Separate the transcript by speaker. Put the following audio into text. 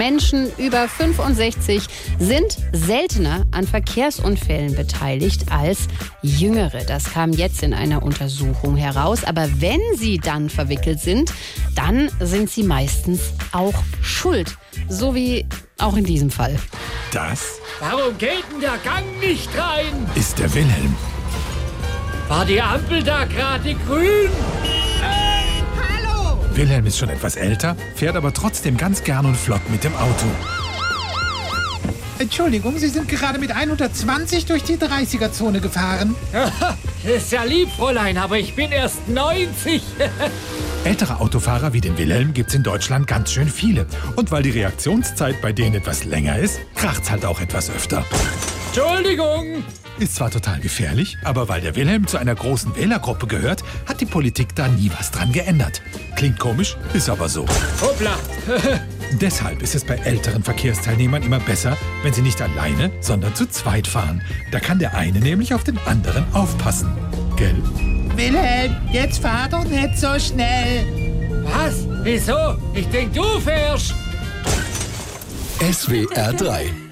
Speaker 1: Menschen über 65 sind seltener an Verkehrsunfällen beteiligt als Jüngere. Das kam jetzt in einer Untersuchung heraus. Aber wenn sie dann verwickelt sind, dann sind sie meistens auch schuld. So wie auch in diesem Fall.
Speaker 2: Das
Speaker 3: Warum geht denn der Gang nicht rein?
Speaker 2: ist der Wilhelm.
Speaker 3: War die Ampel da gerade grün?
Speaker 2: Wilhelm ist schon etwas älter, fährt aber trotzdem ganz gern und flott mit dem Auto.
Speaker 4: Entschuldigung, Sie sind gerade mit 120 durch die 30er-Zone gefahren.
Speaker 3: Ist ja lieb, Fräulein, aber ich bin erst 90.
Speaker 2: Ältere Autofahrer wie den Wilhelm gibt's in Deutschland ganz schön viele. Und weil die Reaktionszeit bei denen etwas länger ist, kracht's halt auch etwas öfter.
Speaker 3: Entschuldigung.
Speaker 2: Ist zwar total gefährlich, aber weil der Wilhelm zu einer großen Wählergruppe gehört, hat die Politik da nie was dran geändert. Klingt komisch, ist aber so.
Speaker 3: Hoppla.
Speaker 2: Deshalb ist es bei älteren Verkehrsteilnehmern immer besser, wenn sie nicht alleine, sondern zu zweit fahren. Da kann der eine nämlich auf den anderen aufpassen. Gell?
Speaker 4: Wilhelm, jetzt fahr doch nicht so schnell.
Speaker 3: Was? Wieso? Ich denk, du fährst.
Speaker 5: SWR 3